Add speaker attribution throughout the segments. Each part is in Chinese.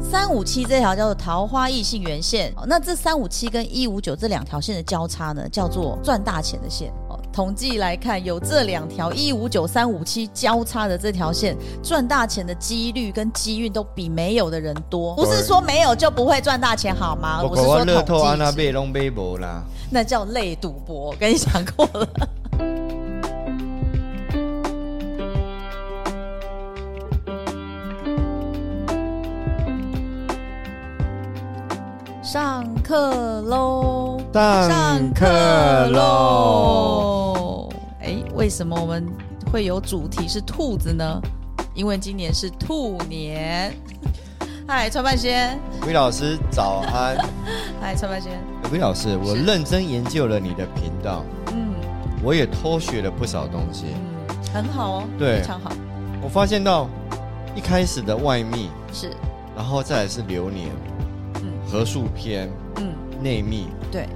Speaker 1: 三五七这条叫做桃花异性缘线，哦那这三五七跟一五九这两条线的交叉呢，叫做赚大钱的线。哦，统计来看，有这两条一五九三五七交叉的这条线，赚大钱的几率跟机运都比没有的人多。不是说没有就不会赚大钱好吗？
Speaker 2: 不
Speaker 1: 我是
Speaker 2: 过我
Speaker 1: 说
Speaker 2: 乐透啊，
Speaker 1: 统计
Speaker 2: 那
Speaker 1: 值，
Speaker 2: 买拢买无啦。
Speaker 1: 那叫类赌博。我跟你讲过了。上课喽！上课！喽！哎，为什么我们会有主题是兔子呢？因为今年是兔年。 嗨，川半仙！
Speaker 2: 魏老师早安，
Speaker 1: 嗨，川半仙！
Speaker 2: 魏老师，我认真研究了你的频道，
Speaker 1: 嗯，
Speaker 2: 我也偷学了不少东西。
Speaker 1: 嗯很好哦，
Speaker 2: 对
Speaker 1: 非常好，
Speaker 2: 我发现到一开始的外密，
Speaker 1: 是，
Speaker 2: 然后再来是流年、
Speaker 1: 嗯
Speaker 2: 合数篇、
Speaker 1: 嗯，
Speaker 2: 内密。
Speaker 1: 对，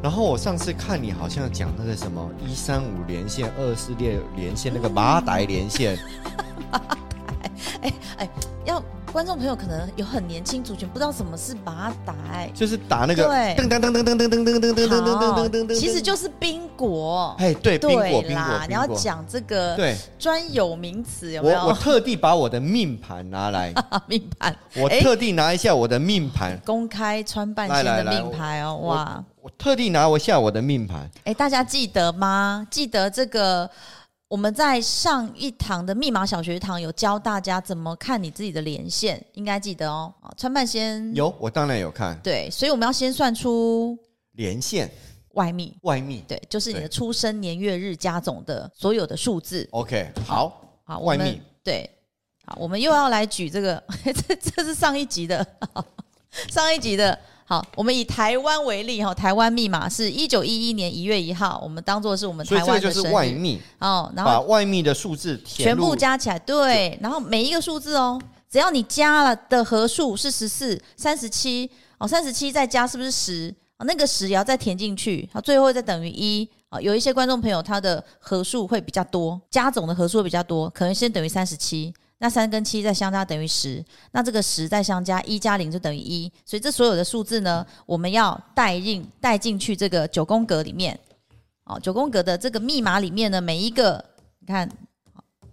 Speaker 2: 然后我上次看你好像讲那个什么一三五连线、二四六连线，那个马达连线，
Speaker 1: 哎哎，要观众朋友可能有很年轻族群，不知道什么是马达、哎，
Speaker 2: 就是打那个
Speaker 1: 对
Speaker 2: 噔噔噔噔噔噔噔噔噔噔噔噔
Speaker 1: 好
Speaker 2: 噔噔噔，
Speaker 1: 其实就是冰果，
Speaker 2: 哎对，
Speaker 1: 哦对
Speaker 2: 冰果冰果
Speaker 1: 啦，你
Speaker 2: 冰
Speaker 1: 要
Speaker 2: 果，
Speaker 1: 讲这个
Speaker 2: 对
Speaker 1: 专有名词有没哎
Speaker 2: 我我
Speaker 1: 有？
Speaker 2: 特地把我的命盘 拿来，
Speaker 1: 命盘，
Speaker 2: 我
Speaker 1: 哎
Speaker 2: 特地拿一下我的命盘，
Speaker 1: 公开穿半
Speaker 2: 来
Speaker 1: 仙
Speaker 2: 来
Speaker 1: 的
Speaker 2: 来，
Speaker 1: 命牌哦，
Speaker 2: 我
Speaker 1: 哇！！
Speaker 2: 我我特地拿一下我的命盘，
Speaker 1: 哎，大家记得吗？记得这个。我们在上一堂的密码小学堂有教大家怎么看你自己的连线，应该记得哦。啊川半仙
Speaker 2: 有，我当然有看
Speaker 1: 对，所以我们要先算出
Speaker 2: 连线
Speaker 1: 外密，
Speaker 2: 外密
Speaker 1: 对，就是你的
Speaker 2: 对
Speaker 1: 出生年月日加总的所有的数字
Speaker 2: ，OK，好，
Speaker 1: 啊。我
Speaker 2: 外
Speaker 1: 们
Speaker 2: 密
Speaker 1: 对，好，我们又要来举这个， 这这是上一集的， 上一集的。好，我们以台湾为例哈，台湾密码是一九一一年一月一号，我们当做是我们
Speaker 2: 所以
Speaker 1: 台
Speaker 2: 这个
Speaker 1: 湾
Speaker 2: 就
Speaker 1: 的
Speaker 2: 是
Speaker 1: 生
Speaker 2: 外
Speaker 1: 日
Speaker 2: 密，
Speaker 1: 哦，然
Speaker 2: 把
Speaker 1: 后
Speaker 2: 外密的数字填
Speaker 1: 全
Speaker 2: 入
Speaker 1: 部加起来，对，然后每一个数字哦，只要你加了的合数是十四、三十七，哦，三十七再加是不是十？哦，那个十也要再填进去，好，最后再等于一。啊，有一些观众朋友他的合数会比较多，加总的合数会比较多，可能先等于三十七，那三跟七再相加等于十，那这个十再相加一加零就等于一，所以这所有的数字呢，我们要带进带进去这个九宫格里面。哦，九宫格的这个密码里面呢，每一个你看，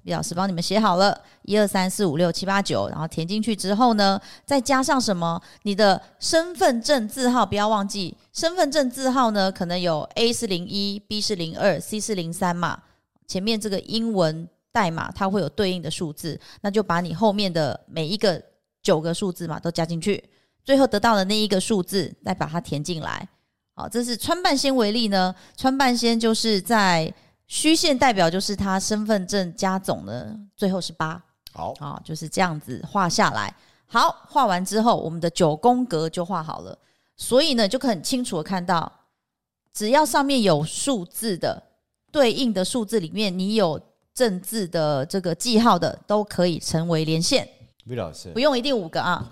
Speaker 1: 李老师帮你们写好了，一二三四五六七八九，然后填进去之后呢，再加上什么？你的身份证字号不要忘记，身份证字号呢，可能有 A 是零一，B 是零二，C 是零三嘛。前面这个英文代码它会有对应的数字，那就把你后面的每一个九个数字嘛都加进去，最后得到的那一个数字再把它填进来。好，这是川半仙为例呢，川半仙就是在虚线代表就是他身份证加总呢，最后是八，
Speaker 2: 好，
Speaker 1: 啊，就是这样子画下来。好，画完之后，我们的九宫格就画好了，所以呢，就可以很清楚的看到，只要上面有数字的对应的数字里面，你有正字的这个记号的，都可以成为连线，
Speaker 2: 魏老师
Speaker 1: 不，用一定五个啊，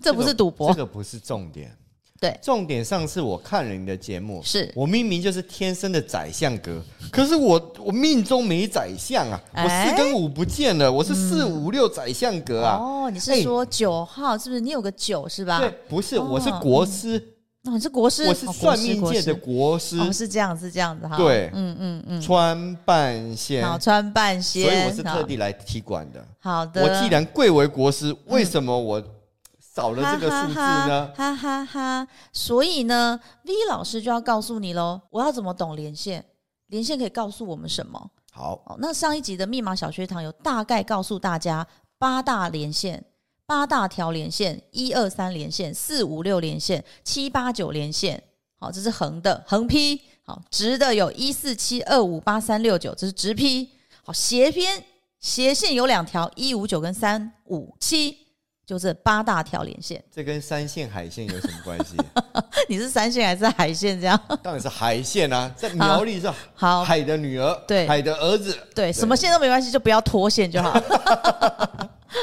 Speaker 1: 这
Speaker 2: 这
Speaker 1: 不
Speaker 2: 个
Speaker 1: 是赌博，
Speaker 2: 这个不是重点，
Speaker 1: 对
Speaker 2: 重点上次我看了你的节目，
Speaker 1: 是
Speaker 2: 我明明就是天生的宰相格，可是我我命中没宰相啊，我
Speaker 1: 哎
Speaker 2: 四跟五不见了，我是四五六宰相格啊，
Speaker 1: 哦，你是
Speaker 2: 哎
Speaker 1: 说九号是不是？你有个九是吧？
Speaker 2: 对，不是，
Speaker 1: 哦
Speaker 2: 我是国师，
Speaker 1: 哦，你是国师，
Speaker 2: 我是
Speaker 1: 哦国
Speaker 2: 算
Speaker 1: 师
Speaker 2: 命
Speaker 1: 国
Speaker 2: 界
Speaker 1: 师
Speaker 2: 的国师，
Speaker 1: 哦，是这样，是这样子哈。
Speaker 2: 对
Speaker 1: 嗯嗯嗯。
Speaker 2: 川半仙，
Speaker 1: 好，穿半
Speaker 2: 所
Speaker 1: 仙。
Speaker 2: 以我是
Speaker 1: 好
Speaker 2: 特地来踢馆的。
Speaker 1: 好的。
Speaker 2: 我既然贵为国师，为什么我少了
Speaker 1: 哈
Speaker 2: 这个数字呢？
Speaker 1: 哈哈哈哈哈！所以呢，V 老师就要告诉你喽，我要怎么懂连线？连线可以告诉我们什么？
Speaker 2: 好，
Speaker 1: 哦，那上一集的密码小学堂有大概告诉大家八大连线、八大条连线、一二三连线、四五六连线、七八九连线。好，这是横的横批。好，直的有一四七二五八三六九，这是直批。好，斜边斜线有两条，一五九跟三五七，就这八大条连线。
Speaker 2: 这跟三线海线有什么关系？
Speaker 1: 你是山线还是海线？这样
Speaker 2: 当然是海线啊，在苗栗是
Speaker 1: 好，
Speaker 2: 海的女儿，
Speaker 1: 对
Speaker 2: 海的儿子，
Speaker 1: 对，什么线都没关系，就不要脱线 就好，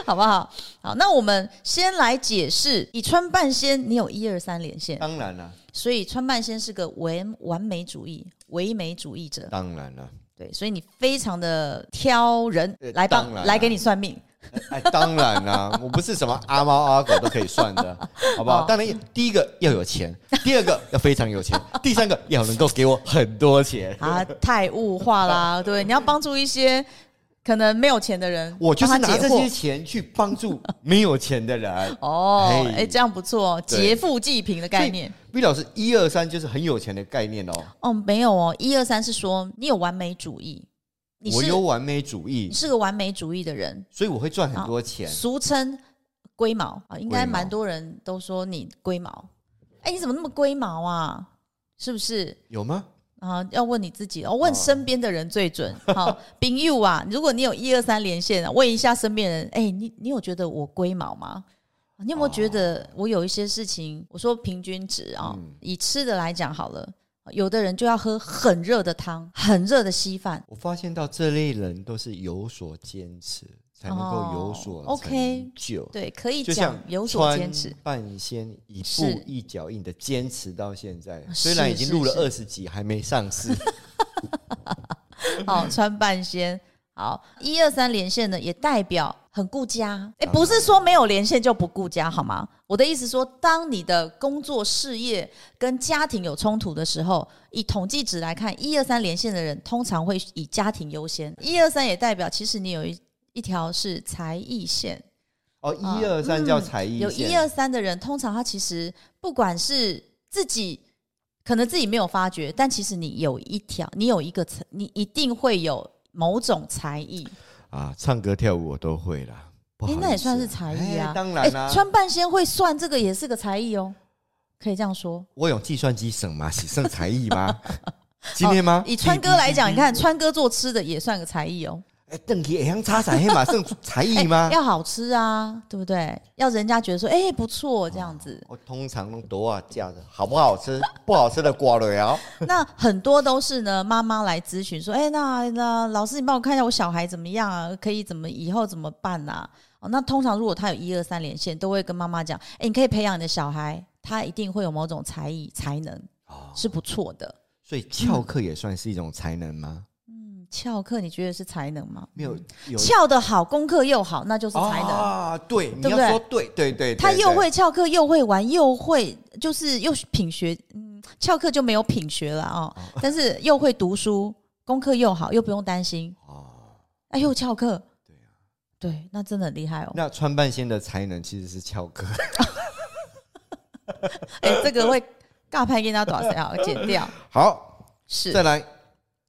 Speaker 1: 好不好？好，那我们先来解释，以川半仙，你有一二三连线，
Speaker 2: 当然了、
Speaker 1: 所以川半仙是个完完美主义、唯美主义者，
Speaker 2: 当然了、
Speaker 1: 对，所以你非常的挑人
Speaker 2: 呃
Speaker 1: 来帮
Speaker 2: 当然啊
Speaker 1: 来给你算命，
Speaker 2: 哎，当然啦、我不是什么阿猫阿狗都可以算的， 好不好？
Speaker 1: 哦
Speaker 2: 当然，第一个要有钱，第二个要非常 有钱，第三个要能够给我很多钱。
Speaker 1: 啊，太物化啦，对，你要帮助一些可能没有钱的人，
Speaker 2: 我就是
Speaker 1: 帮他
Speaker 2: 拿
Speaker 1: 解
Speaker 2: 这些
Speaker 1: 惑。
Speaker 2: 钱去帮助没有钱的人。
Speaker 1: 哦，
Speaker 2: 嘿
Speaker 1: 哎，这样不错，
Speaker 2: 对
Speaker 1: 劫富济贫的概念。
Speaker 2: V 老师，一二三就是很有钱的概念哦。
Speaker 1: 哦，没有哦，一二三是说你有完美主义，你
Speaker 2: 我
Speaker 1: 是
Speaker 2: 有完美主
Speaker 1: 你
Speaker 2: 义，
Speaker 1: 是哦个完美主义的人，
Speaker 2: 所以我会赚很多钱。
Speaker 1: 俗称龟毛啊，应该
Speaker 2: 龟毛
Speaker 1: 蛮多人都说你龟毛。哎，你怎么那么龟毛啊？是不是？
Speaker 2: 有吗？
Speaker 1: 啊，要问你自己，哦，问身边的人最 准。好，丙佑啊，如果你有一二三连线啊，问一下身边人，哎、你你有觉得我龟毛吗？你有没有觉
Speaker 2: 哦
Speaker 1: 得我有一些事情？我说平均值啊、
Speaker 2: 嗯
Speaker 1: 以吃的来讲好了，有的人就要喝很热的汤，很热的稀饭，
Speaker 2: 我发现到这类人都是有所坚持，才能够有
Speaker 1: 哦
Speaker 2: 所
Speaker 1: ，OK
Speaker 2: 成就。
Speaker 1: 对，可以
Speaker 2: 就
Speaker 1: 讲
Speaker 2: 像
Speaker 1: 有所坚持
Speaker 2: 川。半仙一步
Speaker 1: 是
Speaker 2: 一脚印的坚持到现在，
Speaker 1: 是
Speaker 2: 虽然已经录了
Speaker 1: 是
Speaker 2: 二十集，还没 上市。
Speaker 1: 好，川半仙。好，一二三连线呢，也代表很顾家。哎、不是说没有连线就不顾家，好吗？我的意思说，当你的工作、事业跟家庭有冲突的时候，以统计值来看，一二三连线的人通常会以家庭优先。一二三也代表，其实你有一一条是才艺线，
Speaker 2: 哦，一二三叫才艺线，
Speaker 1: 啊嗯有一二三的人，通常他其实不管是自己，可能自己没有发觉，但其实你有一条，你有一个才，你一定会有某种才艺。
Speaker 2: 啊，唱歌跳舞我都会啦。不好
Speaker 1: 哎
Speaker 2: 意，思啊
Speaker 1: 那也算是才艺啊！
Speaker 2: 哎当然啦、
Speaker 1: 哎穿半仙会算这个也是个才艺哦，可以这样说。
Speaker 2: 我用计算机省嘛，是剩才 艺吗？今天吗？
Speaker 1: 哦以川哥来讲，你看川哥做吃的也算个才艺哦。
Speaker 2: 哎，邓琪也像插彩黑马剩才艺吗
Speaker 1: 哎？ 要好吃啊，对不对？要人家觉得说，哎、不错这样子。
Speaker 2: 我通常用多少价的，好不好吃？不好吃的挂了哦呀。
Speaker 1: 那很多都是呢，妈妈来咨询说，哎、那那老师，你帮我看一下我小孩怎么样啊？可以怎么以后怎么办呐、啊？哦，那通常如果他有一二三连线，都会跟妈妈讲，哎、你可以培养你的小孩，他一定会有某种才艺才能，是不错的。
Speaker 2: 哦所以翘课也算是一种才能吗？
Speaker 1: 嗯翘课你觉得是才能吗？哦
Speaker 2: 没有，有
Speaker 1: 翘得好，功课又好，那就是才能。
Speaker 2: 啊，对，你
Speaker 1: 对不
Speaker 2: 要
Speaker 1: 对
Speaker 2: 说对，对对，对
Speaker 1: 他又
Speaker 2: 对
Speaker 1: 会翘课，又会玩，又会就是又品学，嗯，翘课就没有品学了啊、哦，但是又会读书，功课又好，又不用担心。
Speaker 2: 哦。
Speaker 1: 哎呦，翘课，对啊，对，那真的很厉害哦。
Speaker 2: 那川半仙的才能其实是翘课，
Speaker 1: 哎、这个会尬拍跟他多少啊？剪 掉
Speaker 2: 好，再
Speaker 1: 是
Speaker 2: 来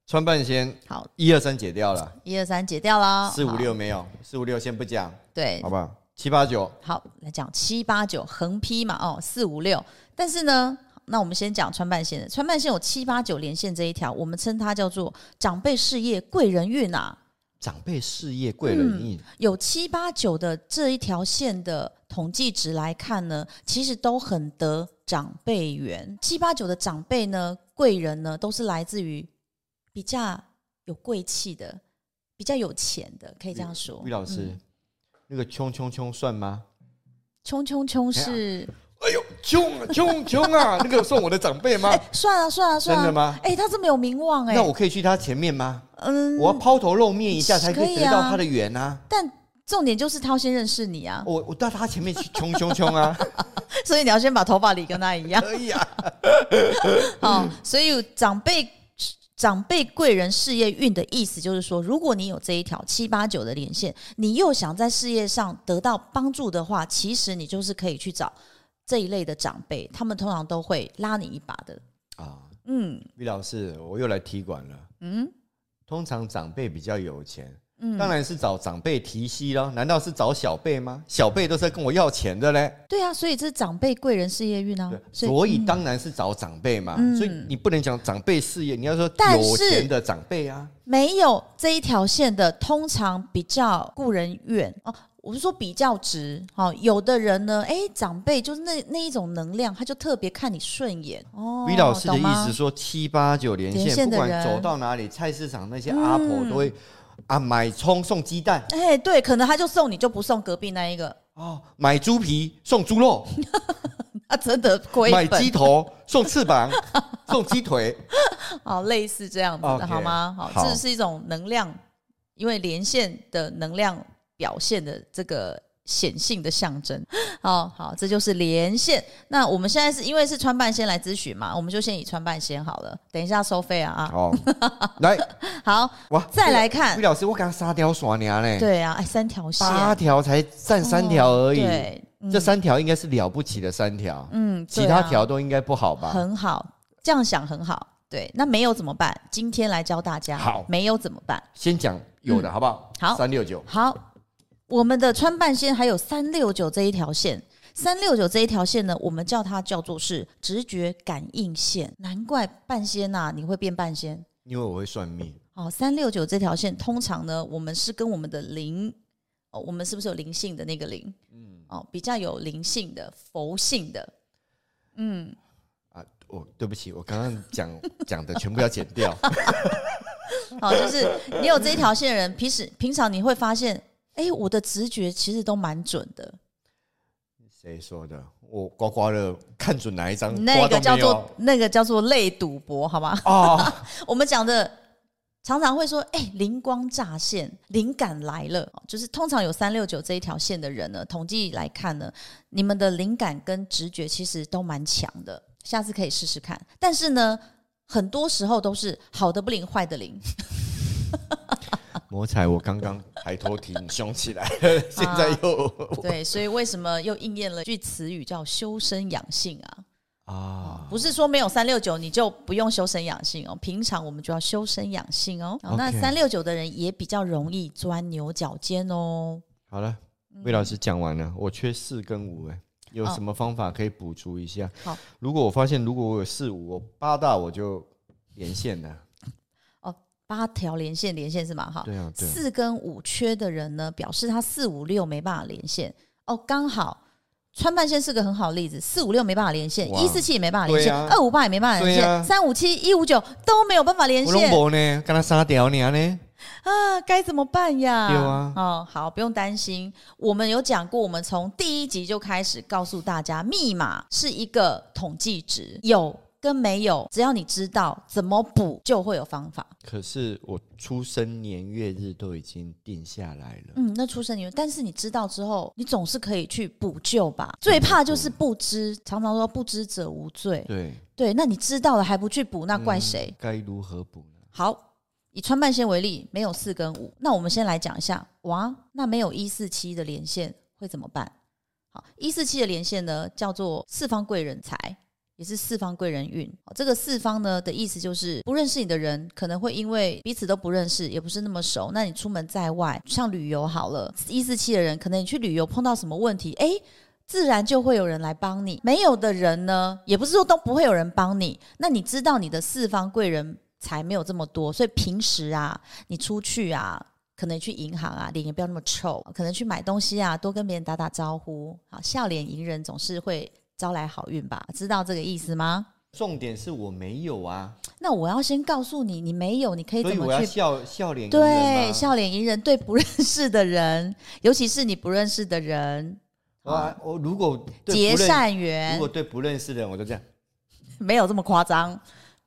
Speaker 2: 川半仙
Speaker 1: 好，
Speaker 2: 一二三解掉了，
Speaker 1: 一二三解掉啦，
Speaker 2: 四五
Speaker 1: 哦好嗯
Speaker 2: 六没有，四五六先不讲，
Speaker 1: 对
Speaker 2: 好，不好？七八九
Speaker 1: 好来讲七八九横批嘛，哦，四五六。但是呢，那我们先讲川半线的，川半线有七八九连线这一条，我们称它叫做长辈事业贵人运啊。
Speaker 2: 长辈事业贵人运，
Speaker 1: 有七八九的这一条线的统计值来看呢，其实都很得长辈缘。七八九的长辈呢，贵人呢，都是来自于比较有贵气的、比较有钱的，可以这样说
Speaker 2: 于。老师
Speaker 1: 嗯，
Speaker 2: 那个穷穷穷算吗？
Speaker 1: 冲冲冲是
Speaker 2: 哎呦，穷啊穷穷 啊，那个算我的长辈吗？
Speaker 1: 算啊算啊算啊，
Speaker 2: 哎真的吗
Speaker 1: 哎、他这么有名望哎、
Speaker 2: 那我可以去他前面吗？
Speaker 1: 嗯，
Speaker 2: 我要抛头露面一下，才可
Speaker 1: 可
Speaker 2: 以
Speaker 1: 以
Speaker 2: 得到
Speaker 1: 啊
Speaker 2: 他的缘啊！
Speaker 1: 但重点就是他要先认识你啊，
Speaker 2: 我我到他前面去穷穷穷 啊，
Speaker 1: 所以你要先把头发理跟他一样。
Speaker 2: 可以啊！
Speaker 1: 好，哦所以长辈长辈贵人事业运的意思就是说，如果你有这一条七八九的连线，你又想在事业上得到帮助的话，其实你就是可以去找这一类的长辈，他们通常都会拉你一把的。
Speaker 2: 啊，
Speaker 1: 嗯
Speaker 2: 李老师，我又来踢馆了。
Speaker 1: 嗯
Speaker 2: 通常长辈比较有钱，
Speaker 1: 嗯，
Speaker 2: 当然是找长辈提息咯。难道是找小辈吗？小辈都是在跟我要钱的嘞。
Speaker 1: 对啊，所以这是长辈贵人事业运啊
Speaker 2: 对，，
Speaker 1: 所以
Speaker 2: 所以当然是找长辈嘛。
Speaker 1: 嗯
Speaker 2: 所以你不能讲长辈事业，你要说
Speaker 1: 但
Speaker 2: 有
Speaker 1: 是
Speaker 2: 钱的长辈啊。
Speaker 1: 没有这一条线的，通常比较顾人怨哦。我是说比较直，好、有的人呢，哎，长辈就是那那一种能量，他就特别看你顺眼哦。
Speaker 2: V 老师的
Speaker 1: 懂
Speaker 2: 意
Speaker 1: 吗
Speaker 2: 思说，七八九连
Speaker 1: 连
Speaker 2: 线，
Speaker 1: 线
Speaker 2: 不
Speaker 1: 的
Speaker 2: 管
Speaker 1: 人
Speaker 2: 走到哪里，菜市场那些阿婆都会、啊买葱送鸡蛋，
Speaker 1: 哎，对，可能他就送你，就不送隔壁那一个，
Speaker 2: 哦，买猪皮送猪肉，
Speaker 1: 啊，真的亏
Speaker 2: 买
Speaker 1: 本
Speaker 2: 鸡，头送翅膀， 送鸡腿。
Speaker 1: 好，类似这样子的
Speaker 2: OK，
Speaker 1: 好吗？好，
Speaker 2: 好
Speaker 1: 这是一种能量，因为连线的能量表现的这个显性的象征。 好好，这就是连线。那我们现在是因为是川半仙来咨询嘛，我们就先以川半仙好了，等一下收费啊啊。
Speaker 2: 哦，来
Speaker 1: 好，
Speaker 2: 哇，
Speaker 1: 再来看
Speaker 2: 魏，老师，我刚沙雕耍你啊嘞，
Speaker 1: 对啊，哎，三条线，
Speaker 2: 八条才占三条而已，
Speaker 1: 哦对，嗯
Speaker 2: 这三条应该是了不起的三条，
Speaker 1: 嗯，
Speaker 2: 其他
Speaker 1: 对啊
Speaker 2: 条都应该不好吧？
Speaker 1: 很好，这样想很好。对，那没有怎么办？今天来教大家，
Speaker 2: 好
Speaker 1: 没有怎么办？
Speaker 2: 先讲有的好不好？
Speaker 1: 嗯好
Speaker 2: 三六九，
Speaker 1: 好，我们的川半线还有三六九这一条线，三六九这一条线呢，我们叫它叫做是直觉感应线。难怪半仙呐、你会变半仙。
Speaker 2: 因为我会算命，
Speaker 1: 哦，三六九这条线，通常呢，我们是跟我们的灵，哦，我们是不是有灵性的那个灵？
Speaker 2: 嗯
Speaker 1: 哦，比较有灵性的、佛性的，嗯，
Speaker 2: 啊，我对不起，我刚刚讲 讲的全部要剪 掉，
Speaker 1: 好，哦就是你有这一条线的人，平时平常你会发现，哎、我的直觉其实都蛮准的。
Speaker 2: 谁说的？我刮刮乐看准哪一张，
Speaker 1: 那个
Speaker 2: 刮
Speaker 1: 叫
Speaker 2: 嗯都没有
Speaker 1: 做那个叫做类赌博，好 吗？
Speaker 2: 哦，
Speaker 1: 我们讲的常常会说，哎、灵光乍现，灵感来了，就是通常有三六九这一条线的人呢，统计来看呢，你们的灵感跟直觉其实都蛮强的，下次可以试试看。但是呢，很多时候都是好的不灵，坏的 灵。
Speaker 2: 魔彩，我刚刚抬头挺胸起来， 现在又
Speaker 1: 对，所以为什么又应验了一句词语叫修身养性啊？
Speaker 2: 啊，
Speaker 1: 不是说没有三六九你就不用修身养性哦，平常我们就要修身养性哦。好那
Speaker 2: OK
Speaker 1: 三六九的人也比较容易钻牛角尖哦。
Speaker 2: 好了，魏老师讲完了，我缺四跟五哎。有
Speaker 1: 哦
Speaker 2: 什么方法可以补足一下？
Speaker 1: 好，
Speaker 2: 如果我发现如果我有四五，我八大我就连线了。
Speaker 1: 八条连线，连线是吗？哈，
Speaker 2: 对啊，对啊，
Speaker 1: 四跟五缺的人呢，表示他四五六没办法连线哦，刚好。川半线是个很好的例子，四五六没办法连线，
Speaker 2: 哇
Speaker 1: 一四七也没办法连
Speaker 2: 对
Speaker 1: 线，
Speaker 2: 啊
Speaker 1: 二五八也没办法连
Speaker 2: 对啊
Speaker 1: 线，三五七、一五九都没有办法连
Speaker 2: 我龙
Speaker 1: 线
Speaker 2: 博呢，跟他杀掉你呢？
Speaker 1: 啊，该怎么办呀？
Speaker 2: 对啊
Speaker 1: 哦，好，不用担心，我们有讲过，我们从第一集就开始告诉大家，密码是一个统计值，有跟没有，只要你知道怎么补，就会有方法。
Speaker 2: 可是我出生年月日都已经定下来了，
Speaker 1: 嗯，那出生年月，但是你知道之后，你总是可以去补救吧。最怕就是不知，常常说不知者无罪。
Speaker 2: 对，嗯
Speaker 1: 对，那你知道了还不去补，那怪谁？
Speaker 2: 该如何补呢？
Speaker 1: 好，以川半线为例，没有四跟五，那我们先来讲一下，哇，那没有一四七的连线会怎么办？好，一四七的连线呢，叫做四方贵人财，也是四方贵人运。好这个四方呢的意思就是，不认识你的人可能会因为彼此都不认识，也不是那么熟，那你出门在外，像旅游好了，一四七的人，可能你去旅游碰到什么问题，诶。自然就会有人来帮你。没有的人呢，也不是说都不会有人帮你。那你知道你的四方贵人才没有这么多，所以平时啊，你出去啊。可能去银行啊，脸也不要那么臭；可能去买东西啊，多跟别人打打招呼。好，笑脸迎人总是会招来好运吧？知道这个意思吗？
Speaker 2: 重点是我没有啊，
Speaker 1: 那我要先告诉你，你没有，你可以
Speaker 2: 所
Speaker 1: 怎
Speaker 2: 以我
Speaker 1: 么
Speaker 2: 要
Speaker 1: 去
Speaker 2: 笑笑脸迎人
Speaker 1: 对
Speaker 2: 嘛啊
Speaker 1: 笑脸迎人？对不认识的人，尤其是你不认识的人，
Speaker 2: 我我如果对不
Speaker 1: 结
Speaker 2: 认，
Speaker 1: 善
Speaker 2: 如
Speaker 1: 缘
Speaker 2: 果对不认识的人，我就这样，
Speaker 1: 没有这么夸张。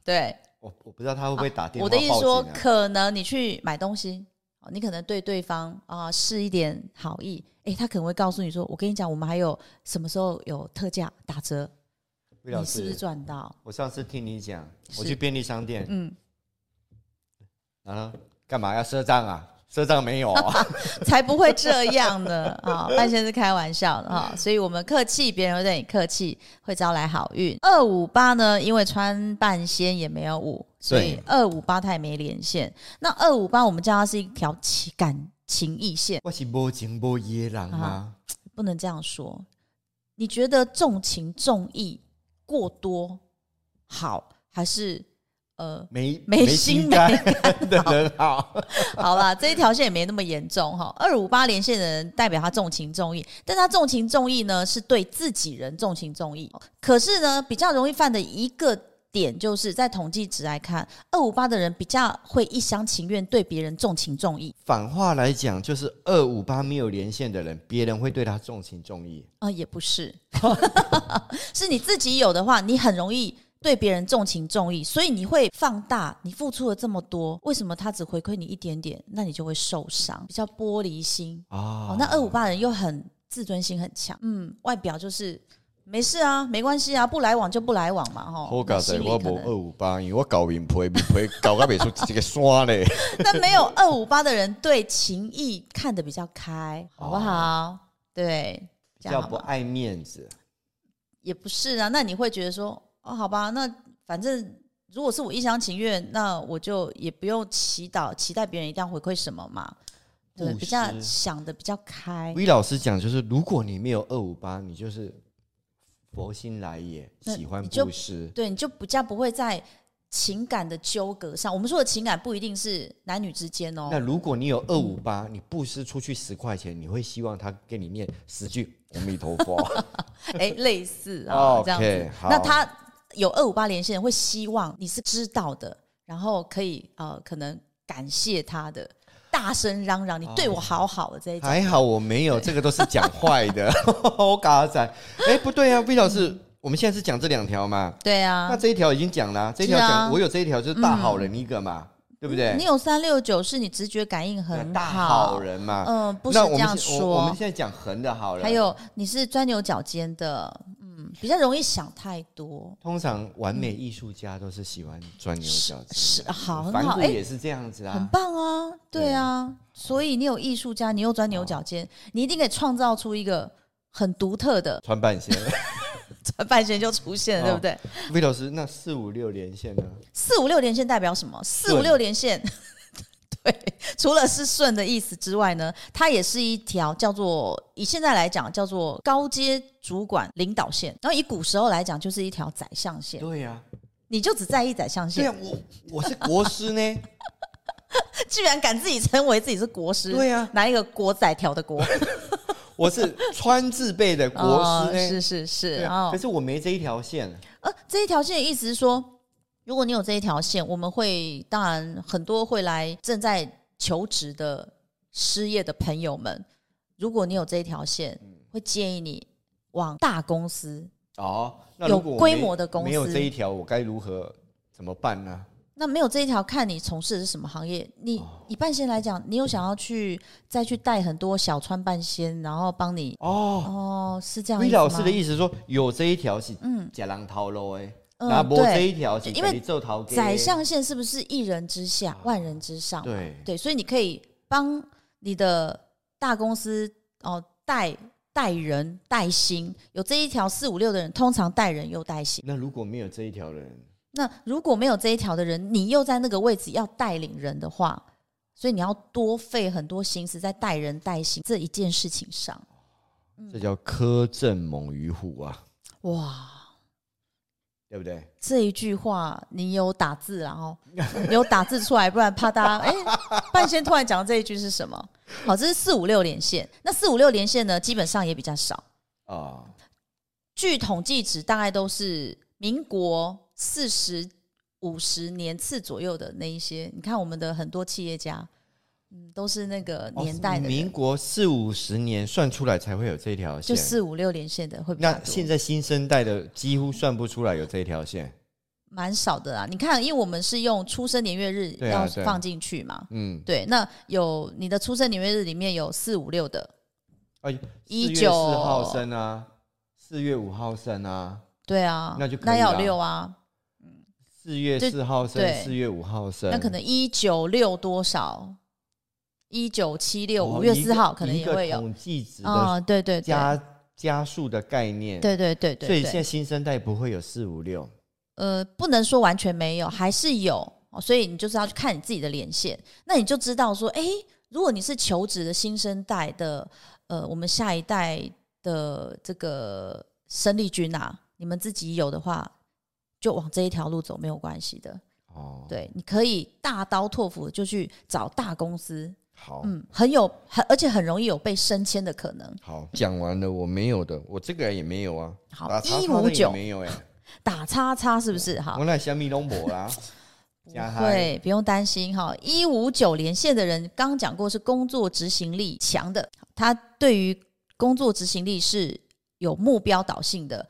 Speaker 1: 对，
Speaker 2: 我我不知道他会不会打电话
Speaker 1: 我
Speaker 2: 报
Speaker 1: 的
Speaker 2: 警
Speaker 1: 意
Speaker 2: 啊、
Speaker 1: 思说，可能你去买东西，哦你可能对对方啊、是一点好意，诶，他可能会告诉你说：“我跟你讲，我们还有什么时候有特价打折，你
Speaker 2: 魏老
Speaker 1: 是不
Speaker 2: 师
Speaker 1: 是，赚到
Speaker 2: 我上次听你讲，
Speaker 1: 是
Speaker 2: 我去便利商店？”，
Speaker 1: 嗯，
Speaker 2: 然后干嘛要赊账啊？赊账没有 啊？
Speaker 1: 才不会这样呢啊！半仙是开玩笑的哈、所以我们客气，别人会对你客气，会招来好运。二五八呢，因为穿半仙也没有五，所以
Speaker 2: 对
Speaker 1: 二五八它也没连线。那二五八我们叫它是一条情感情义线。
Speaker 2: 我是无情无义的人
Speaker 1: 啊
Speaker 2: 啊吗？
Speaker 1: 不能这样说。你觉得重情重义过多好，还是呃
Speaker 2: 没
Speaker 1: 没心
Speaker 2: 心
Speaker 1: 没
Speaker 2: 肝 的人啊好，
Speaker 1: 好啦，这一条线也没那么严重哈。二五八连线的人代表他重情重义，但他重情重义呢是对自己人重情重义。可是呢，比较容易犯的一个点就是在统计值来看，二五八的人比较会一厢情愿对别人重情重义
Speaker 2: 反话来讲，就是二五八没有连线的人，别人会对他
Speaker 1: 呃
Speaker 2: 重情重义。
Speaker 1: 啊、也不是，是你自己有的话，你很容易对别人重情重义，所以你会放大你付出了这么多，为什么他只回馈你一点点？那你就会受伤，比较玻璃心。
Speaker 2: 啊
Speaker 1: 哦，那二五八人又很自尊心很强，嗯，外表就是没事啊，没关系啊，不来往就不来往嘛，哈。
Speaker 2: 我搞在
Speaker 1: 心里
Speaker 2: 我
Speaker 1: 可
Speaker 2: 无
Speaker 1: 能
Speaker 2: 二五八，因为我搞面皮，面皮搞到袂出一个山咧。
Speaker 1: 但没有二五八的人对情谊看得比较开，好不好？
Speaker 2: 哦
Speaker 1: 对，这样
Speaker 2: 要
Speaker 1: 好
Speaker 2: 不
Speaker 1: 吗？
Speaker 2: 爱面子，
Speaker 1: 也不是啊，那你会觉得说，哦，好吧，那反正如果是我一厢情愿，那我就也不用祈祷期待别人一定要回馈什么嘛。对，
Speaker 2: 务
Speaker 1: 比较
Speaker 2: 实
Speaker 1: 想的比较开，
Speaker 2: V 老师讲就是，如果你没有二五八，你就是佛心来也，
Speaker 1: 那
Speaker 2: 喜欢
Speaker 1: 你就
Speaker 2: 布施。
Speaker 1: 对，你就比较不会在情感的纠葛上。我们说的情感不一定是男女之间哦
Speaker 2: 那，如果你有二五八，你布施出去十块钱，你会希望他给你念十句“阿弥陀 佛
Speaker 1: 哎，类似啊、
Speaker 2: 哦 OK，
Speaker 1: 这样子。
Speaker 2: 好
Speaker 1: 那他有二五八连线，会希望你是知道的，然后可以呃，可能感谢他的，大声嚷嚷你对
Speaker 2: 哦
Speaker 1: 我好好的这一”。种。
Speaker 2: 还好我没有，这个都是讲坏的。 我嘎仔，哎，不对啊，V 老师，我们现在是讲这两条嘛？
Speaker 1: 对
Speaker 2: 那
Speaker 1: 啊，
Speaker 2: 这一条已经讲了啊，这一条
Speaker 1: 是啊嗯
Speaker 2: 讲我有这一条就是大好人一个嘛，对不对
Speaker 1: 你？有三六九是你直觉感应
Speaker 2: 那
Speaker 1: 很
Speaker 2: 大好，人嘛，
Speaker 1: 嗯、不是
Speaker 2: 那
Speaker 1: 这
Speaker 2: 我们
Speaker 1: 样
Speaker 2: 现我我们
Speaker 1: 说。
Speaker 2: 现在讲横的好人，
Speaker 1: 还有你是钻牛角尖的，嗯，比较容易想太多。
Speaker 2: 通常完美艺术家都是喜欢钻牛角尖的，
Speaker 1: 是好很
Speaker 2: 梵
Speaker 1: 好
Speaker 2: 谷
Speaker 1: 哎
Speaker 2: 也是这样子
Speaker 1: 很
Speaker 2: 啊。
Speaker 1: 棒啊，对
Speaker 2: 对哦
Speaker 1: 啊，所以你有艺术家，你又钻牛角尖，你一定可以创造出一个很独特的
Speaker 2: 穿半仙
Speaker 1: 半仙就出现了，
Speaker 2: 哦
Speaker 1: 对不对？
Speaker 2: ，V 老师，那四五六连线呢？
Speaker 1: 四五六连线代表什么？四五六连线， 对，除了是顺的意思之外呢，它也是一条叫做以现在来讲叫做高阶主管领导线，然后以古时候来讲就是一条宰相线，
Speaker 2: 对呀、
Speaker 1: 你就只在意宰相
Speaker 2: 对啊
Speaker 1: 线
Speaker 2: 呀、，我我是国师呢，
Speaker 1: 居然敢自己称为自己是国师，
Speaker 2: 对啊呀
Speaker 1: 拿一个国仔条 的国，
Speaker 2: 我是川字辈的国
Speaker 1: 哦
Speaker 2: 师呢。
Speaker 1: 是是是，
Speaker 2: 对啊
Speaker 1: 哦
Speaker 2: 可是我没这一条线，啊
Speaker 1: 呃，这一条线的意思是说，如果你有这一条线，我们会当然很多会来正在求职的失业的朋友们，如果你有这一条线，
Speaker 2: 嗯
Speaker 1: 会建议你往大公司。
Speaker 2: 哦，那
Speaker 1: 有
Speaker 2: 如果我
Speaker 1: 规
Speaker 2: 没
Speaker 1: 模的公
Speaker 2: 没有
Speaker 1: 司
Speaker 2: 这一条，我该如何怎么办呢？
Speaker 1: 那没有这一条，看你从事的是什么行业。
Speaker 2: 哦
Speaker 1: 你以半仙来讲，你有想要去再去带很多小川半仙，然后帮你
Speaker 2: 哦，
Speaker 1: 哦，是这样
Speaker 2: V
Speaker 1: 意思吗
Speaker 2: 老师的意思说，有这一条是假狼逃漏哎，
Speaker 1: 嗯
Speaker 2: 那无这
Speaker 1: 对
Speaker 2: 一条是
Speaker 1: 因为
Speaker 2: 给你做头家
Speaker 1: 宰相线是不是一人之下，
Speaker 2: 啊
Speaker 1: 万人之上？
Speaker 2: 对
Speaker 1: 对，所以你可以帮你的大公司哦带带人带薪，有这一条四五六的人，通常带人又带薪。
Speaker 2: 那如果没有这一条人，
Speaker 1: 那如果没有这一条的人，你又在那个位置要带领人的话，所以你要多费很多心思在带人带薪这一件事情上。嗯
Speaker 2: 这叫苛政猛于虎啊，
Speaker 1: 哇，
Speaker 2: 对不对？
Speaker 1: 这一句话你有打字然后有打字出来，不然怕大家哎，半仙突然讲这一句是什么？好，这是四五六连线。那四五六连线呢，基本上也比较少。
Speaker 2: 啊，
Speaker 1: 据统计值，大概都是民国四十五十年次左右的那一些。你看我们的很多企业家，嗯，都是那个年代
Speaker 2: 哦
Speaker 1: 的人，
Speaker 2: 民国四五十年算出来才会有这条
Speaker 1: 就
Speaker 2: 线。
Speaker 1: 四五六连线的会比较
Speaker 2: 那
Speaker 1: 多
Speaker 2: 现在新生代的几乎算不出来有这条线，
Speaker 1: 蛮少的啦。你看，因为我们是用出生年月日
Speaker 2: 对啊
Speaker 1: 要
Speaker 2: 对啊
Speaker 1: 放进去嘛，
Speaker 2: 嗯，
Speaker 1: 对，那有你的出生年月日里面有四五六的，
Speaker 2: 哎，
Speaker 1: 19
Speaker 2: 四月四号生啊，四月五号生啊，
Speaker 1: 对啊，
Speaker 2: 那就可以
Speaker 1: 那要
Speaker 2: 啦
Speaker 1: 有六啊，
Speaker 2: 四月
Speaker 1: 就
Speaker 2: 四号生，
Speaker 1: 对
Speaker 2: 四月五号生，
Speaker 1: 那可能一九六多少，一九七六
Speaker 2: 哦
Speaker 1: 五月
Speaker 2: 一
Speaker 1: 四
Speaker 2: 个
Speaker 1: 号可能也
Speaker 2: 一个
Speaker 1: 会有，
Speaker 2: 统计值的
Speaker 1: 啊、对对对，
Speaker 2: 加加速的概念。
Speaker 1: 对对对对
Speaker 2: 所以
Speaker 1: 对
Speaker 2: 现在新生代不会有四五六，
Speaker 1: 呃，不能说完全没有，还是有。哦所以你就是要去看你自己的连线，那你就知道说，诶，如果你是求职的新生代的，呃，我们下一代的这个生力军啊，你们自己有的话，就往这一条路走没有关系的。
Speaker 2: 哦，
Speaker 1: 对，你可以大刀拓斧地就去找大公司，
Speaker 2: 好，
Speaker 1: 嗯，很有很，而且很容易有被升迁的可能。
Speaker 2: 好，讲完了，我没有的，我这个也没有啊，
Speaker 1: 好
Speaker 2: 打叉
Speaker 1: 一
Speaker 2: 叉
Speaker 1: 五
Speaker 2: 的也
Speaker 1: 九
Speaker 2: 没有哎，
Speaker 1: 打叉叉是不是？好
Speaker 2: 我，那虾米拢无啊啦，加
Speaker 1: 不会，不用担心哈。一五九连线的人，刚刚讲过是工作执行力强的，他对于工作执行力是有目标导性的，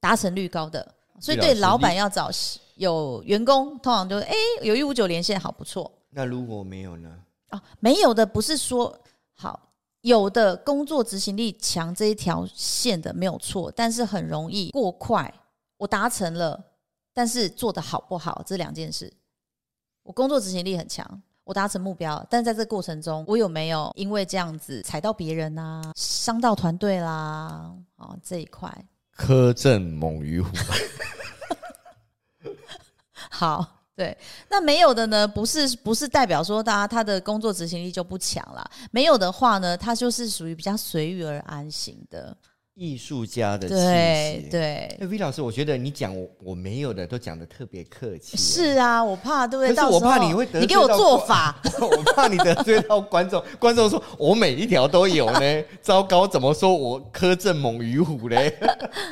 Speaker 1: 达成率高的。所以对
Speaker 2: 对老师
Speaker 1: 老
Speaker 2: 你
Speaker 1: 板要找有员工，通常就哎、有一五九连线好不错
Speaker 2: 那如果没有呢？
Speaker 1: 哦，没有的不是说好，有的工作执行力强这一条线的没有错，但是很容易过快。我达成了，但是做的好不好这两件事。我工作执行力很强，我达成目标，但在这过程中，我有没有因为这样子踩到别人啊，伤到团队啦？哦，这一块
Speaker 2: 苛政猛于虎，
Speaker 1: 好。对，那没有的呢？不是不是代表说大家他的工作执行力就不强啦。没有的话呢，他就是属于比较随遇而安型的。
Speaker 2: 艺术家的气
Speaker 1: 对
Speaker 2: 息。
Speaker 1: 对，
Speaker 2: 哎，V 老师，我觉得你讲我我没有的都讲的特别客气，
Speaker 1: 是啊，我怕对不对？
Speaker 2: 可是
Speaker 1: 到
Speaker 2: 我
Speaker 1: 时候
Speaker 2: 怕你会得
Speaker 1: 你给
Speaker 2: 罪
Speaker 1: 我
Speaker 2: 到
Speaker 1: 做
Speaker 2: 观
Speaker 1: 法，
Speaker 2: 我怕你得罪到观众，观众说我每一条都有呢，糟糕，怎么说我苛政猛于虎嘞？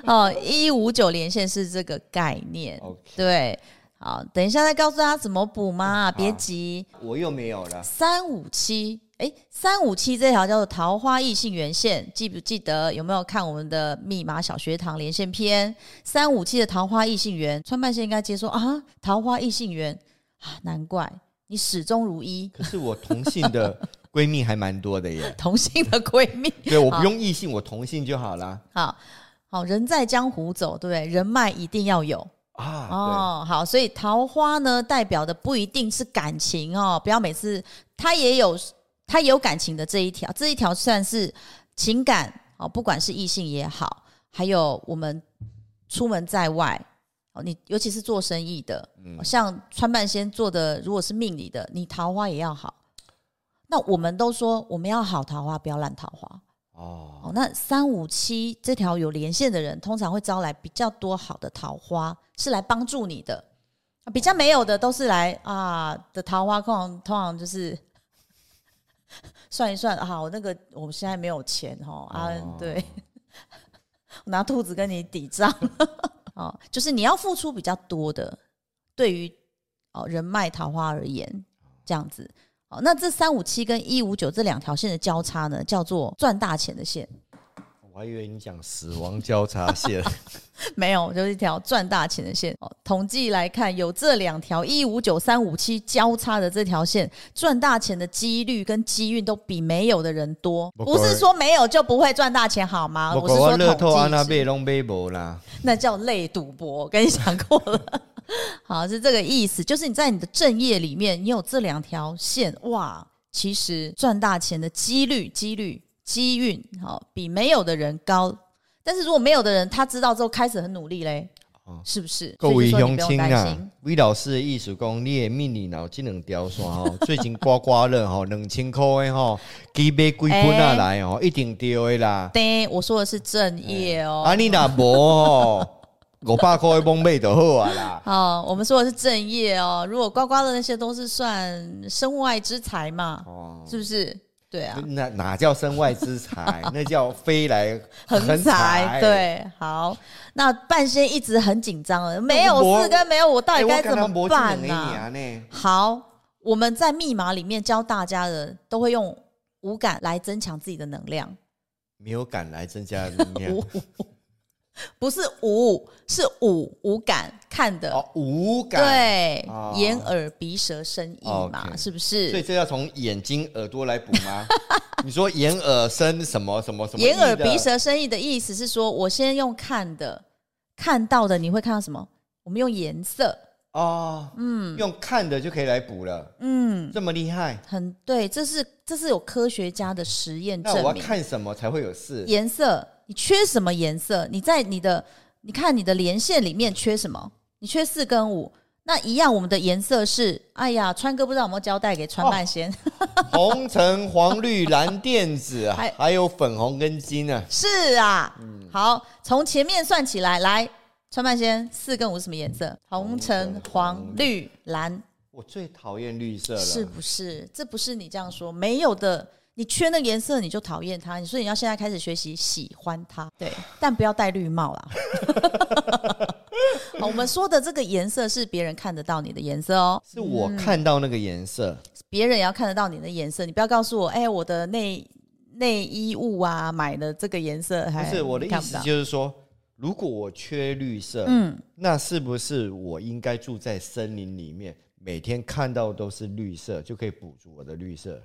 Speaker 1: 哦，一五九连线是这个概念
Speaker 2: OK
Speaker 1: 对。好，等一下再告诉大家怎么补嘛，别
Speaker 2: 好
Speaker 1: 急。
Speaker 2: 我又没有了，
Speaker 1: 三五七，哎，三五七这条叫做桃花异性缘线，记不记得？有没有看我们的密码小学堂连线篇？三五七的桃花异性缘，川半线应该接说啊，桃花异性缘啊，难怪你始终如一，
Speaker 2: 可是我同性的闺蜜还蛮多的耶。
Speaker 1: 同性的闺蜜。
Speaker 2: 对，我不用异性，我同性就好啦。
Speaker 1: 好好，人在江湖走，对不对？人脉一定要有。
Speaker 2: 啊，
Speaker 1: 哦，好，所以桃花呢，代表的不一定是感情哦，不要每次它也有它也有感情的这一条，这一条算是情感哦，不管是异性也好，还有我们出门在外哦，你尤其是做生意的，
Speaker 2: 嗯
Speaker 1: 哦像川半仙做的，如果是命理的，你桃花也要好。那我们都说我们要好桃花，不要烂桃花。
Speaker 2: 对，哦，
Speaker 1: 哦，那三五七这条有连线的人，通常会招来比较多好的桃花，是来帮助你的。啊比较没有的，都是来啊的桃花，通常通常就是 算一算啊，我那个我现在没有钱哦啊，
Speaker 2: 哦
Speaker 1: 对， 我拿兔子跟你抵账 哦，就是你要付出比较多的，对于哦人脉桃花而言，这样子。哦，那这三五七跟一五九这两条线的交叉呢，叫做赚大钱的线，
Speaker 2: 我还以为你讲死亡交叉线，
Speaker 1: 没有，就是一条赚大钱的线。哦，统计来看，有这两条一五九三五七交叉的这条线，赚大钱的几率跟机运都比没有的人多。
Speaker 2: 不
Speaker 1: 不
Speaker 2: 过
Speaker 1: 是说没有就不会赚大钱好吗？我是
Speaker 2: 搞
Speaker 1: 说
Speaker 2: 乐透啊，
Speaker 1: 统
Speaker 2: 那
Speaker 1: 计值
Speaker 2: 贝隆贝博啦，
Speaker 1: 那叫类赌博，我跟你讲过了。 好，是这个意思，就是你在你的正业里面，你有这两条线，哇，其实赚大钱的几率、几率、机运，好、比没有的人高。但是如果没有的人，他知道之后开始很努力嘞，
Speaker 2: 哦
Speaker 1: 是不是？
Speaker 2: 各位
Speaker 1: 所以就说
Speaker 2: 乡
Speaker 1: 你不用
Speaker 2: 亲
Speaker 1: 担
Speaker 2: 啊
Speaker 1: 心。
Speaker 2: ，V 老师的艺术功力命理脑筋能刁 山哦，最近刮刮乐吼，两千块的吼，几百几本啊来哦，一定丢的啦。
Speaker 1: 哎对，我说的是正业哦。
Speaker 2: 啊，你若无 吼，五百块的蒙买就好啊啦。
Speaker 1: 哦，我们说的是正业哦。如果刮刮乐那些都是算身外之财嘛，
Speaker 2: 哦，
Speaker 1: 是不是？对啊，
Speaker 2: 那哪叫身外 之财？那叫飞来
Speaker 1: 横财
Speaker 2: 财。
Speaker 1: 对，好，那半仙一直很紧张了，没有
Speaker 2: 我
Speaker 1: 四跟没有我到
Speaker 2: 哎，
Speaker 1: 底
Speaker 2: 我
Speaker 1: 该
Speaker 2: 跟
Speaker 1: 怎
Speaker 2: 他
Speaker 1: 么
Speaker 2: 没
Speaker 1: 办啊
Speaker 2: 这
Speaker 1: 呢、
Speaker 2: 两个年啊呢？
Speaker 1: 好，我们在密码里面教大家的，都会用五感来增强自己的能量，
Speaker 2: 没有赶来增加能量
Speaker 1: 五不是五，是五五感看的，
Speaker 2: 哦，无感。
Speaker 1: 对，
Speaker 2: 哦
Speaker 1: 眼耳鼻舌身意嘛，
Speaker 2: OK
Speaker 1: 是不
Speaker 2: 所以
Speaker 1: 是？
Speaker 2: 这要从眼睛、耳朵来补 吗？你说眼耳身什么什么什么意
Speaker 1: 眼
Speaker 2: 的？
Speaker 1: 耳鼻舌身意的意思是说，我先用看的，看到的你会看到什么？我们用颜色，
Speaker 2: 哦，嗯，用看的就可以来补了，
Speaker 1: 嗯。
Speaker 2: 这么厉害？
Speaker 1: 很对，这是这是有科学家的实验
Speaker 2: 那我
Speaker 1: 证
Speaker 2: 要
Speaker 1: 明，
Speaker 2: 看什么才会有事？
Speaker 1: 颜色你缺什么颜色，你在你的你看你的连线里面缺什么，你缺四跟五，那一样我们的颜色是，哎呀，川哥不知道有没有交代给川半仙，
Speaker 2: 红橙黄绿蓝靛紫，
Speaker 1: 还
Speaker 2: 还有粉红跟金啊。
Speaker 1: 是啊，好，从前面算起来，来川半仙四跟五是什么颜色？红橙黄绿蓝，
Speaker 2: 我最讨厌绿色了，
Speaker 1: 是不是？这不是你这样说没有的。你缺那个颜色，你就讨厌它。你说你要现在开始学习喜欢它，对，但不要戴绿帽啦。 好我们说的这个颜色是别人看得到你的颜色哦，
Speaker 2: 是我看到那个颜
Speaker 1: 嗯
Speaker 2: 色，
Speaker 1: 别人也要看得到你的颜色。你不要告诉我，哎、我的内内衣物啊，买的这个颜色还
Speaker 2: 不是我的意
Speaker 1: 看
Speaker 2: 思，
Speaker 1: 到
Speaker 2: 就是说如果我缺绿色，
Speaker 1: 嗯，
Speaker 2: 那是不是我应该住在森林里面，每天看到都是绿色，就可以补足我的绿色？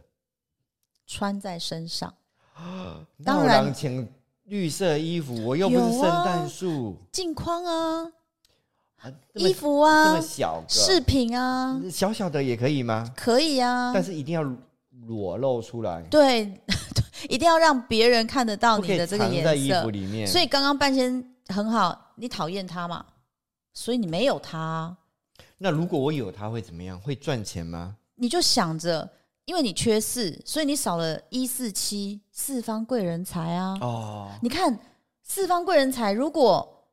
Speaker 1: 穿在身上。当
Speaker 2: 当
Speaker 1: 然啊
Speaker 2: 然，请绿色衣服，我又不是圣诞树，
Speaker 1: 镜框啊，
Speaker 2: 啊这么
Speaker 1: 衣服
Speaker 2: 这
Speaker 1: 啊
Speaker 2: 么，小个，
Speaker 1: 饰品啊，
Speaker 2: 小小的也可以吗？
Speaker 1: 可以啊，
Speaker 2: 但是一定要裸露出来，
Speaker 1: 对， 一定要让别人看得到
Speaker 2: 不可
Speaker 1: 你
Speaker 2: 以
Speaker 1: 的这个
Speaker 2: 藏
Speaker 1: 颜
Speaker 2: 在衣服
Speaker 1: 色。
Speaker 2: 里面。
Speaker 1: 所以刚刚半仙很好，你讨厌他嘛，所以你没有他，
Speaker 2: 那如果我有它会怎么样？会赚钱吗？
Speaker 1: 你就想着，因为你缺四，所以你少了一四七四方贵人财啊。
Speaker 2: 哦，
Speaker 1: 你看四方贵人财，如果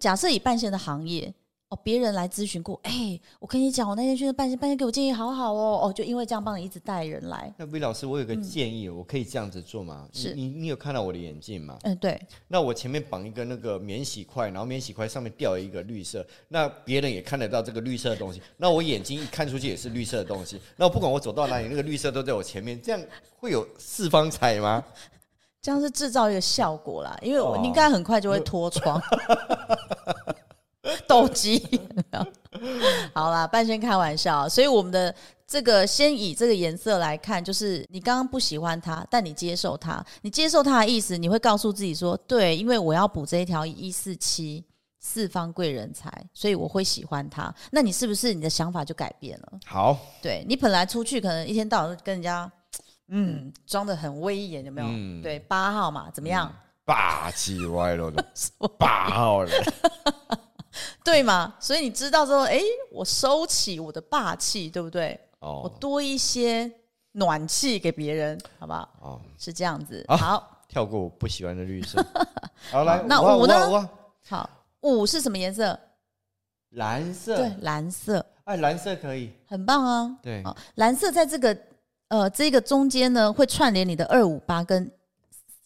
Speaker 1: 假设以半仙的行业哦，别人来咨询过，哎、我跟你讲，我那天去半仙，半仙给我建议好好哦，哦，就因为这样帮你一直带人来，
Speaker 2: 那 V 老师，我有个建议，我可以这样子做吗？
Speaker 1: 嗯
Speaker 2: 你
Speaker 1: 是
Speaker 2: 你你有看到我的眼镜吗？
Speaker 1: 嗯，对，
Speaker 2: 那我前面绑一个那个免洗块，然后免洗块上面吊一个绿色，那别人也看得到这个绿色的东西。那我眼睛一看出去也是绿色的东西。那不管我走到哪里，那个绿色都在我前面，这样会有四方彩吗？
Speaker 1: 这样是制造一个效果啦，因为我
Speaker 2: 哦
Speaker 1: 应该很快就会脱窗， 斗鸡。 好啦，半仙开玩笑啊，所以我们的这个先以这个颜色来看，就是你刚刚不喜欢它，但你接受它，你接受它的意思，你会告诉自己说，对，因为我要补这一条一四七。四方贵人财，所以我会喜欢它。那你是不是你的想法就改变了？
Speaker 2: 好，
Speaker 1: 对你本来出去可能一天到晚都跟人家，嗯，装的很威严，有没有？
Speaker 2: 嗯
Speaker 1: 对，八号嘛，怎么样？
Speaker 2: 霸气歪了的，霸好了。
Speaker 1: 对嘛？所以你知道之后，哎，我收起我的霸气，对不对？我
Speaker 2: 哦
Speaker 1: 多一些暖气给别人，好不好？
Speaker 2: 哦，
Speaker 1: 是这样子。
Speaker 2: 好
Speaker 1: 好
Speaker 2: 跳过我不喜欢的绿色。 好，来，
Speaker 1: 那
Speaker 2: 我
Speaker 1: 五呢
Speaker 2: 我我
Speaker 1: 好，五是什么颜色？
Speaker 2: 蓝色
Speaker 1: 对，，蓝色，
Speaker 2: 哎，蓝色可以，
Speaker 1: 很棒啊！
Speaker 2: 对，
Speaker 1: 哦，蓝色在这个呃这个中间呢，会串联你的二五八跟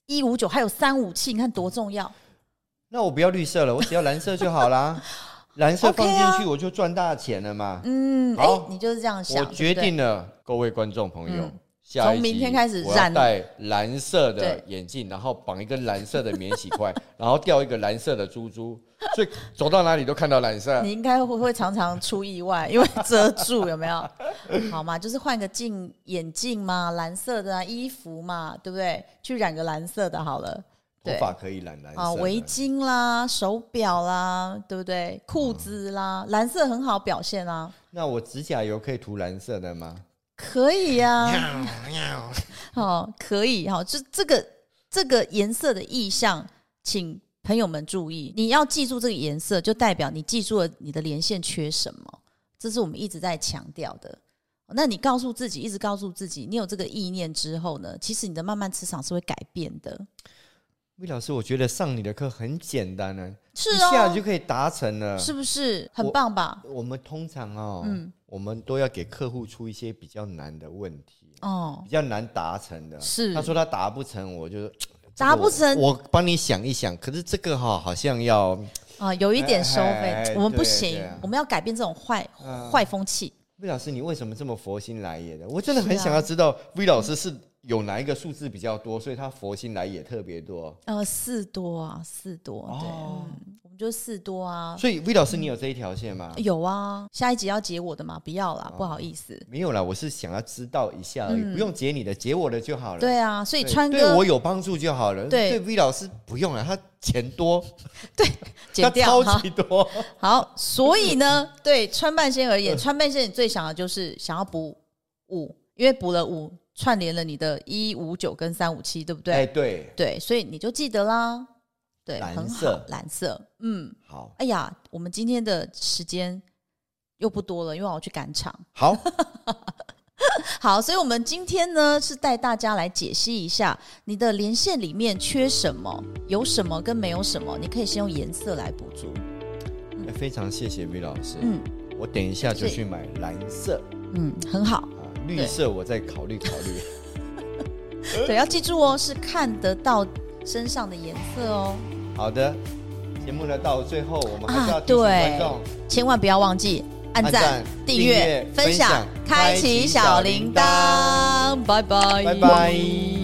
Speaker 1: 一五九，还有三五七，你看多重要。
Speaker 2: 那我不要绿色了，我只要蓝色就好 啦。蓝色放
Speaker 1: OK 啊
Speaker 2: 进去我就赚大钱了嘛。
Speaker 1: 嗯，哎
Speaker 2: 好，
Speaker 1: 你就是这样想，
Speaker 2: 我
Speaker 1: 对
Speaker 2: 决
Speaker 1: 不对
Speaker 2: 定了，各位观众朋友
Speaker 1: 嗯，
Speaker 2: 下一
Speaker 1: 从
Speaker 2: 集
Speaker 1: 明天开始
Speaker 2: 我
Speaker 1: 染
Speaker 2: 要戴蓝色的
Speaker 1: 对
Speaker 2: 眼镜，然后绑一根蓝色的免洗块， 然后吊一个蓝色的珠珠，所以走到哪里都看到蓝 色
Speaker 1: 你。应该会会常常出意外，因为遮住有没 有？好嘛，就是换个镜眼镜嘛，蓝色的啊，衣服嘛，对不对？去染个蓝色的好了。
Speaker 2: 头
Speaker 1: 对
Speaker 2: 发可以染蓝色
Speaker 1: 啊，
Speaker 2: 的，
Speaker 1: 围巾啦，手表啦，对不对？裤子啦，蓝色很好表现 啊，
Speaker 2: 那我指甲油可以涂蓝色的吗？
Speaker 1: 可以啊呀、好，可以，好，就这个这个颜色的意象，请朋友们注意，你要记住这个颜色，就代表你记住了你的连线缺什么，这是我们一直在强调的。那你告诉自己，一直告诉自己，你有这个意念之后呢，其实你的慢慢磁场是会改变的。
Speaker 2: 魏老师，我觉得上你的课很简单呢、
Speaker 1: 是
Speaker 2: 一下
Speaker 1: 哦
Speaker 2: 就，可以达成了。
Speaker 1: 是不是很
Speaker 2: 我
Speaker 1: 棒吧？
Speaker 2: 我们通常哦，
Speaker 1: 嗯
Speaker 2: 我们都要给客户出一些比较难的问题，
Speaker 1: 哦
Speaker 2: 比，较难达成的。
Speaker 1: 是
Speaker 2: 他说他达不成，我就
Speaker 1: 达不成
Speaker 2: 我我帮你想一想。可是这个哈、好像要
Speaker 1: 啊，有一点收
Speaker 2: 哎
Speaker 1: 费
Speaker 2: 哎，
Speaker 1: 我们不
Speaker 2: 对
Speaker 1: 行
Speaker 2: 对啊，
Speaker 1: 我们要改变这种坏
Speaker 2: 嗯
Speaker 1: 坏风气。
Speaker 2: 魏老师，你为什么这么佛心来也的？我真的
Speaker 1: 是
Speaker 2: 很
Speaker 1: 啊
Speaker 2: 想要知道魏老师是有哪一个数字比较多，所以他佛心来也特别多。
Speaker 1: 呃，四多啊，四多，对，
Speaker 2: 哦
Speaker 1: 嗯，我们就四多啊。
Speaker 2: 所以魏老师，你有这一条线吗？
Speaker 1: 有啊，下一集要解我的吗？不要啦，
Speaker 2: 哦
Speaker 1: 不好意思。
Speaker 2: 没有啦，我是想要知道一下而已，不用解你的，解我的就好了。
Speaker 1: 对啊，所以
Speaker 2: 对，
Speaker 1: 川
Speaker 2: 对
Speaker 1: 哥
Speaker 2: 我有帮助就好了。
Speaker 1: 对
Speaker 2: 对，V 老师不用了，他钱多，他
Speaker 1: 剪掉
Speaker 2: 超
Speaker 1: 哈。
Speaker 2: 级多。
Speaker 1: 好，所以 呢，对川半仙而言，川半仙你最想的就是想要补五，因为补了五，串联了你的一五九跟三五 七，对不
Speaker 2: 哎，
Speaker 1: 对？
Speaker 2: 对，
Speaker 1: 对，所以你就记得啦。对，
Speaker 2: 蓝
Speaker 1: 很好
Speaker 2: 色，
Speaker 1: 蓝色，嗯。
Speaker 2: 好，
Speaker 1: 哎呀，我们今天的时间又不多了，因为我要去赶场。
Speaker 2: 好，哎
Speaker 1: 好，所以我们今天呢是带大家来解析一下你的连线里面缺什么、有什么跟没有什么，你可以先用颜色来补足。
Speaker 2: 那非常谢谢 V 老师。
Speaker 1: 嗯
Speaker 2: 我等一下就是去买蓝色
Speaker 1: 嗯，很好。
Speaker 2: 啊，绿色我再考虑考虑。嗯
Speaker 1: 对，要记住哦，是看得到身上的颜色哦，
Speaker 2: 好的，节目呢到最后，我们还是
Speaker 1: 啊
Speaker 2: 要提醒
Speaker 1: 对
Speaker 2: 观众，
Speaker 1: 千万不要忘记按
Speaker 2: 按
Speaker 1: 赞
Speaker 2: 赞、
Speaker 1: 订
Speaker 2: 订
Speaker 1: 阅
Speaker 2: 阅、
Speaker 1: 分
Speaker 2: 分
Speaker 1: 享
Speaker 2: 享、
Speaker 1: 开
Speaker 2: 开
Speaker 1: 启
Speaker 2: 启
Speaker 1: 小
Speaker 2: 小
Speaker 1: 铃铛。
Speaker 2: 铃
Speaker 1: 拜拜，
Speaker 2: 拜拜。